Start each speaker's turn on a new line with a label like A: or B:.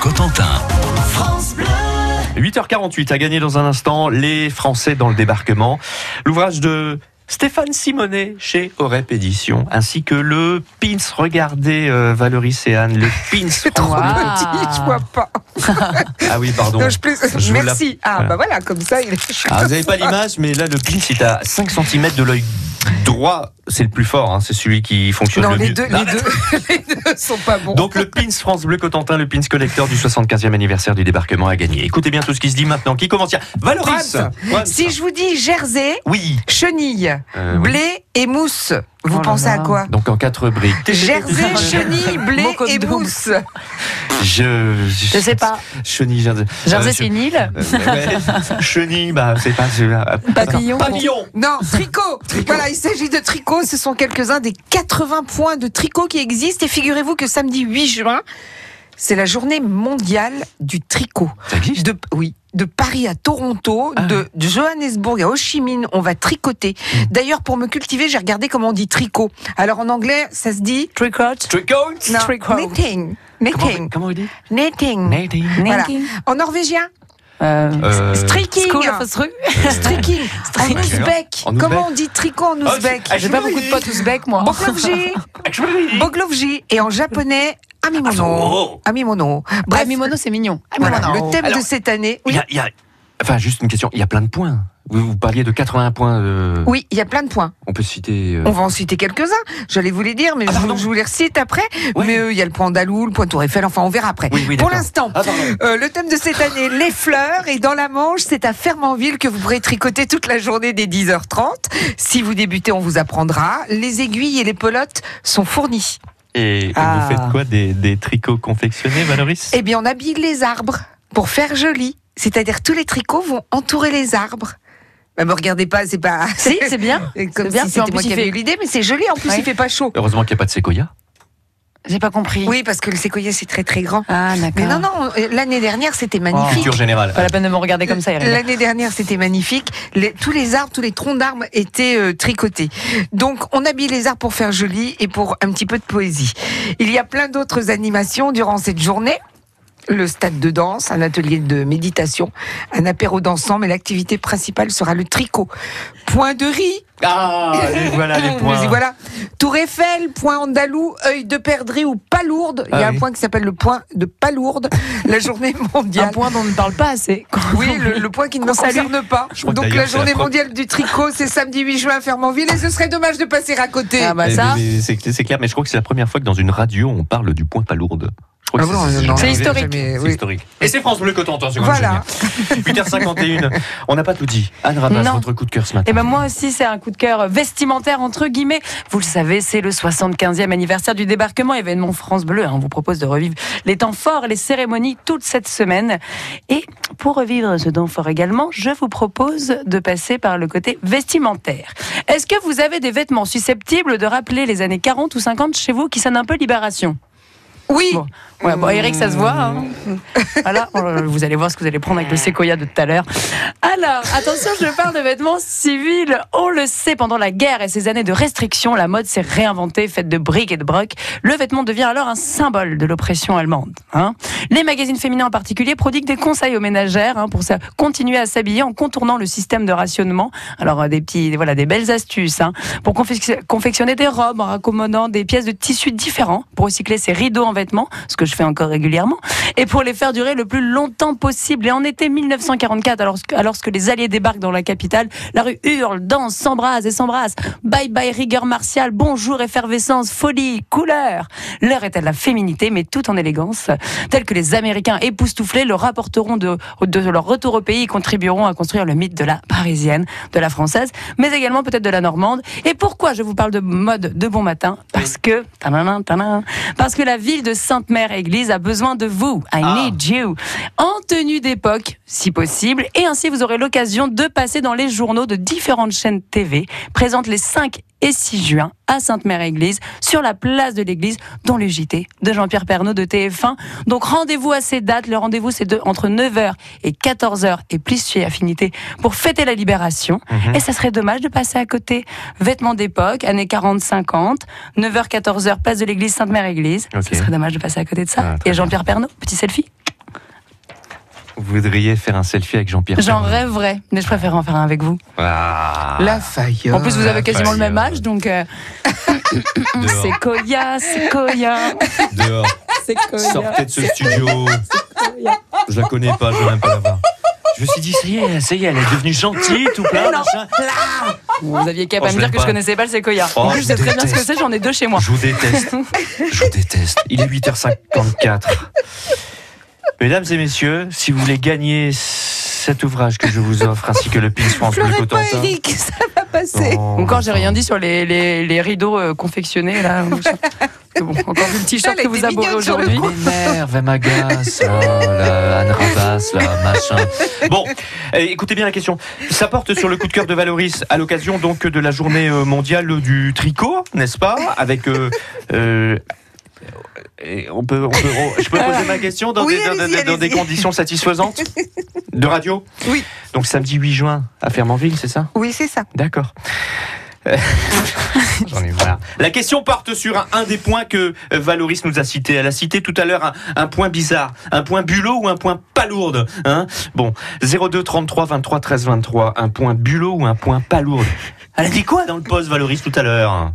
A: Cotentin.
B: 8h48 à gagner dans un instant les Français dans le débarquement. L'ouvrage de Stéphane Simonet chez Orep Édition, ainsi que le Pins. Regardez euh, Valérie Céane, le Pins.
C: Trop
B: rond.
C: petit, je vois pas.
B: Ah oui, pardon.
C: Non, je plais-
B: je vous
C: Merci. Ah, bah voilà, comme ça, il est
B: Ah, vous n'avez pas l'image, mais là, le Pins est à 5 cm de l'œil droit. C'est le plus fort, hein, c'est celui qui fonctionne
C: Non,
B: le
C: les
B: mieux.
C: deux, les, deux, les deux sont pas bons.
B: Donc le Pins France Bleu Cotentin, le Pins collector du 75e anniversaire du débarquement à gagner. Écoutez bien tout ce qui se dit maintenant. Qui commence hier Valoris
C: Prince.
B: Prince.
C: si je vous dis jersey,
B: Oui
C: chenille,
B: Euh, oui.
C: blé et mousse, vous
D: Oh là
C: pensez à
D: là.
C: quoi
B: Donc en quatre briques.
C: Jersey, chenille, blé
D: Mot code
C: et
D: double.
C: mousse.
B: Je, je
D: Je sais pas.
B: Chenille, Jersey.
D: Jersey,
B: Euh,
D: c'est une île.
B: je- euh, ouais. Chenille, bah c'est pas. c'est- ah,
D: Papillon.
B: Papillon.
C: Non, tricot. Voilà, il s'agit de tricot. Ce sont quelques-uns des 80 points de tricot qui existent. Et figurez-vous que samedi 8 juin, c'est la journée mondiale du tricot.
B: Ça existe.
C: De, oui, de Paris à Toronto,
B: Ah
C: de Johannesburg à Ho Chi Minh, on va tricoter.
B: Mm.
C: D'ailleurs, pour me cultiver, j'ai regardé comment on dit tricot. Alors en anglais, ça se dit
D: Tricot.
B: Tricot.
C: non,
D: Tricot.
C: knitting,
B: Comment,
C: knitting,
B: comment on dit
C: knitting.
B: Knitting.
C: Voilà.
D: Nanking.
C: En norvégien,
D: Euh,
B: Euh,
C: stricking,
D: School of Osru.
C: stricking. En
B: Stricking.
C: ouzbek,
B: En ouzbek.
C: comment on dit tricot en
B: Ah,
C: ouzbek
B: c'est- ah,
D: J'ai pas beaucoup de potes ouzbeks, moi. Ah,
C: Boglovji,
B: Actually. Ah,
C: Boglovji et en japonais
B: Amimono. Oh.
C: Amimono. Amimono. Bref,
D: Bref, Ah, Mimono, c'est mignon.
C: voilà,
D: Amimono.
C: le thème
B: Alors-
C: de cette année.
B: Il y a, il y a- enfin juste une question. Il y a plein de points. Vous, vous parliez de 80 points. euh,
C: Oui, il y a plein de points.
B: On peut citer. euh,
C: On va en citer quelques-uns. J'allais vous les dire, mais
B: Ah,
C: je-
B: pardon.
C: je vous les recite après.
B: Ouais.
C: Mais euh, il y a le point andalou, le point Tour Eiffel, enfin on verra après.
B: Oui, oui,
C: Pour
B: d'accord.
C: l'instant,
B: Ah, pardon.
C: euh, le thème de cette année, les fleurs. Et dans la Manche, c'est à Fermanville que vous pourrez tricoter toute la journée dès 10h30. Si vous débutez, on vous apprendra. Les aiguilles et les pelotes sont fournies.
B: Et
D: Ah.
B: vous faites quoi des, des tricots confectionnés, Valoris
C: Eh bien, on habille les arbres pour faire joli. C'est-à-dire, tous les tricots vont entourer les arbres. Ne me regardez pas, c'est pas.
D: Si, c'est bien.
C: comme
D: bien,
C: si
D: puis
C: c'était
D: en plus,
C: moi qui
D: il
C: avais
D: fait-
C: eu l'idée, mais c'est joli. En plus,
D: Ouais.
C: il fait pas chaud.
B: Heureusement qu'il n'y a pas de séquoia.
D: J'ai pas compris.
C: Oui, parce que le séquoia, c'est très très grand.
D: Ah, d'accord.
C: Mais non, non, on- l'année dernière, c'était
B: Oh,
C: magnifique.
B: Culture générale.
D: Pas la peine de me regarder comme ça, Irène.
C: L'année dernière, c'était magnifique. Les- tous les arbres, tous les troncs d'arbres étaient euh, tricotés. Donc, on habille les arbres pour faire joli et pour un petit peu de poésie. Il y a plein d'autres animations durant cette journée. Le stade de danse, un atelier de méditation, un apéro dansant, mais l'activité principale sera le tricot. Point de riz.
B: Ah, les voilà les
C: Je
B: points.
C: dis, voilà. Tour Eiffel, point andalou, œil de perdrix ou palourde. Il y
B: Ah
C: a un
B: oui.
C: point qui s'appelle le point de palourde, la journée mondiale.
D: Un point dont on ne parle pas assez.
C: Oui, le, le point qui ne me concerne pas.
B: crois que
C: Donc
B: d'ailleurs,
C: la
B: c'est la
C: journée
B: pro-
C: mondiale du tricot, c'est samedi 8 juin à Fermanville et ce serait dommage de passer à côté.
D: Ah bah
B: Eh,
D: ça.
B: mais- mais C'est c'est clair, mais je crois que c'est la première fois que dans une radio on parle du point palourde. Je crois
C: Ah
B: que
C: bon,
B: Oh, c'est-
C: non,
B: c'est-
C: non,
B: c'est
C: non,
D: historique.
C: jamais,
B: C'est
C: oui.
B: historique. Et c'est France Bleu Cotentin, c'est quand même
C: Voilà.
B: génial. 8h51, on n'a pas tout dit. Anne Rabas,
D: Non.
B: votre coup de cœur ce matin.
D: Et ben moi aussi, c'est un coup de cœur vestimentaire entre guillemets. Vous le savez, c'est le 75e anniversaire du débarquement, événement France Bleu. hein. On vous propose de revivre les temps forts, les cérémonies toute cette semaine. Et pour revivre ce temps fort également, je vous propose de passer par le côté vestimentaire. Est-ce que vous avez des vêtements susceptibles de rappeler les années 40 ou 50 chez vous qui sonnent un peu libération
C: Oui,
D: Bon, ouais, bon, Eric, ça se voit. hein. voilà, on- vous allez voir ce que vous allez prendre avec le séquoia de tout à l'heure. Alors, attention, je parle de vêtements civils. On le sait, pendant la guerre et ces années de restrictions, la mode s'est réinventée, faite de briques et de brocs. Le vêtement devient alors un symbole de l'oppression allemande. hein. Les magazines féminins en particulier prodiguent des conseils aux ménagères hein, pour ça- continuer à s'habiller en contournant le système de rationnement. Alors, euh, des petits, voilà, des belles astuces. hein pour confec- confectionner des robes en raccommodant des pièces de tissu différents, pour recycler ses rideaux en vêtements, ce que je fais encore régulièrement, et pour les faire durer le plus longtemps possible. Et en été 1944, alors que, alors que les Alliés débarquent dans la capitale, la rue hurle, danse, s'embrase et s'embrasse. Bye bye rigueur martiale, bonjour effervescence, folie, couleur. L'heure est à la féminité, mais tout en élégance, telle que les Américains époustouflés le rapporteront de, de leur retour au pays et contribueront à construire le mythe de la parisienne, de la française, mais également peut-être de la normande. Et pourquoi je vous parle de mode de bon matin Parce que, tadadam, tadadam, parce que la ville de Sainte-Mère-Église a besoin de vous. I
B: Ah.
D: need you. En tenue d'époque, si possible, et ainsi vous aurez l'occasion de passer dans les journaux de différentes chaînes TV présentes les 5 et 6 juin à Sainte-Mère-Église, sur la place de l'église, dont le JT de Jean-Pierre Pernaud de TF1. Donc rendez-vous à ces dates. Le rendez-vous, c'est de- entre 9h et 14h, et plus chez Affinité, pour fêter la libération.
B: Mhm.
D: Et ça serait dommage de passer à côté. Vêtements d'époque, années 40-50, 9h-14h, place de l'église, Sainte-Mère-Église.
B: Ok.
D: Ça serait dommage de passer à côté de
B: Ah,
D: ça.
B: très
D: et Jean-Pierre Pernaud, petit selfie.
B: Vous voudriez faire un selfie avec Jean-Pierre
D: J'en
B: Pernaut.
D: rêverais, mais je préfère en faire un avec vous.
B: Ah,
C: La faille.
D: En plus, vous
B: bah,
D: avez quasiment le même
B: bah,
D: âge, donc euh,
B: dehors,
D: c'est Koya, c'est Koya,
B: dehors.
D: c'est Koya.
B: Sortez de ce studio. Je la connais pas, je veux même pas la voir. Je me suis dit, ça y est, ça y est, elle est devenue gentille, tout plein. machin.
D: Vous aviez qu'à
B: Oh,
D: pas
B: je
D: me dire
B: l'aime
D: que je
B: pas.
D: connaissais pas le séquoia.
B: Oh,
D: en plus, je
B: je
D: sais très bien ce
B: déteste.
D: que c'est, j'en ai deux chez moi.
B: Je vous déteste. Je vous déteste. Il est 8h54. Mesdames et messieurs, si vous voulez gagner cet ouvrage que je vous offre, ainsi que le Pins France Bleu
C: Pleurez pas,
B: Cotentin.
C: Eric, ça va passer.
B: Non,
D: Ou quand j'ai
B: non.
D: rien dit sur les, les, les rideaux euh, confectionnés, là. Mais bon, encore le petit short
C: Elle
D: que vous
C: était
D: abordez
C: mignonne sur le
D: aujourd'hui.
B: Elle m'énerve, elle m'agace, oh, la Anne Rabas, la machin. Bon, eh, écoutez bien la question. Ça porte sur le coup de cœur de Valoris à l'occasion donc de la journée euh, mondiale du tricot, n'est-ce pas Avec. euh, euh, et on peut, on peut- on- je peux poser ma question dans,
C: Oui,
B: des, dans- dans-
C: allez-y,
B: dans des
C: allez-y.
B: conditions satisfaisantes de radio
C: Oui.
B: Donc samedi 8 juin à Fermanville, c'est ça
C: Oui, c'est ça.
B: D'accord. Euh, J'en ai marre. La question porte sur un, un des points que euh, Valoris nous a cité. Elle a cité tout à l'heure un, un point bizarre, un point bulot ou un point palourde. Hein bon, 02 33 23 13 23, un point bulot ou un point palourde. Elle a dit quoi dans le poste Valoris tout à l'heure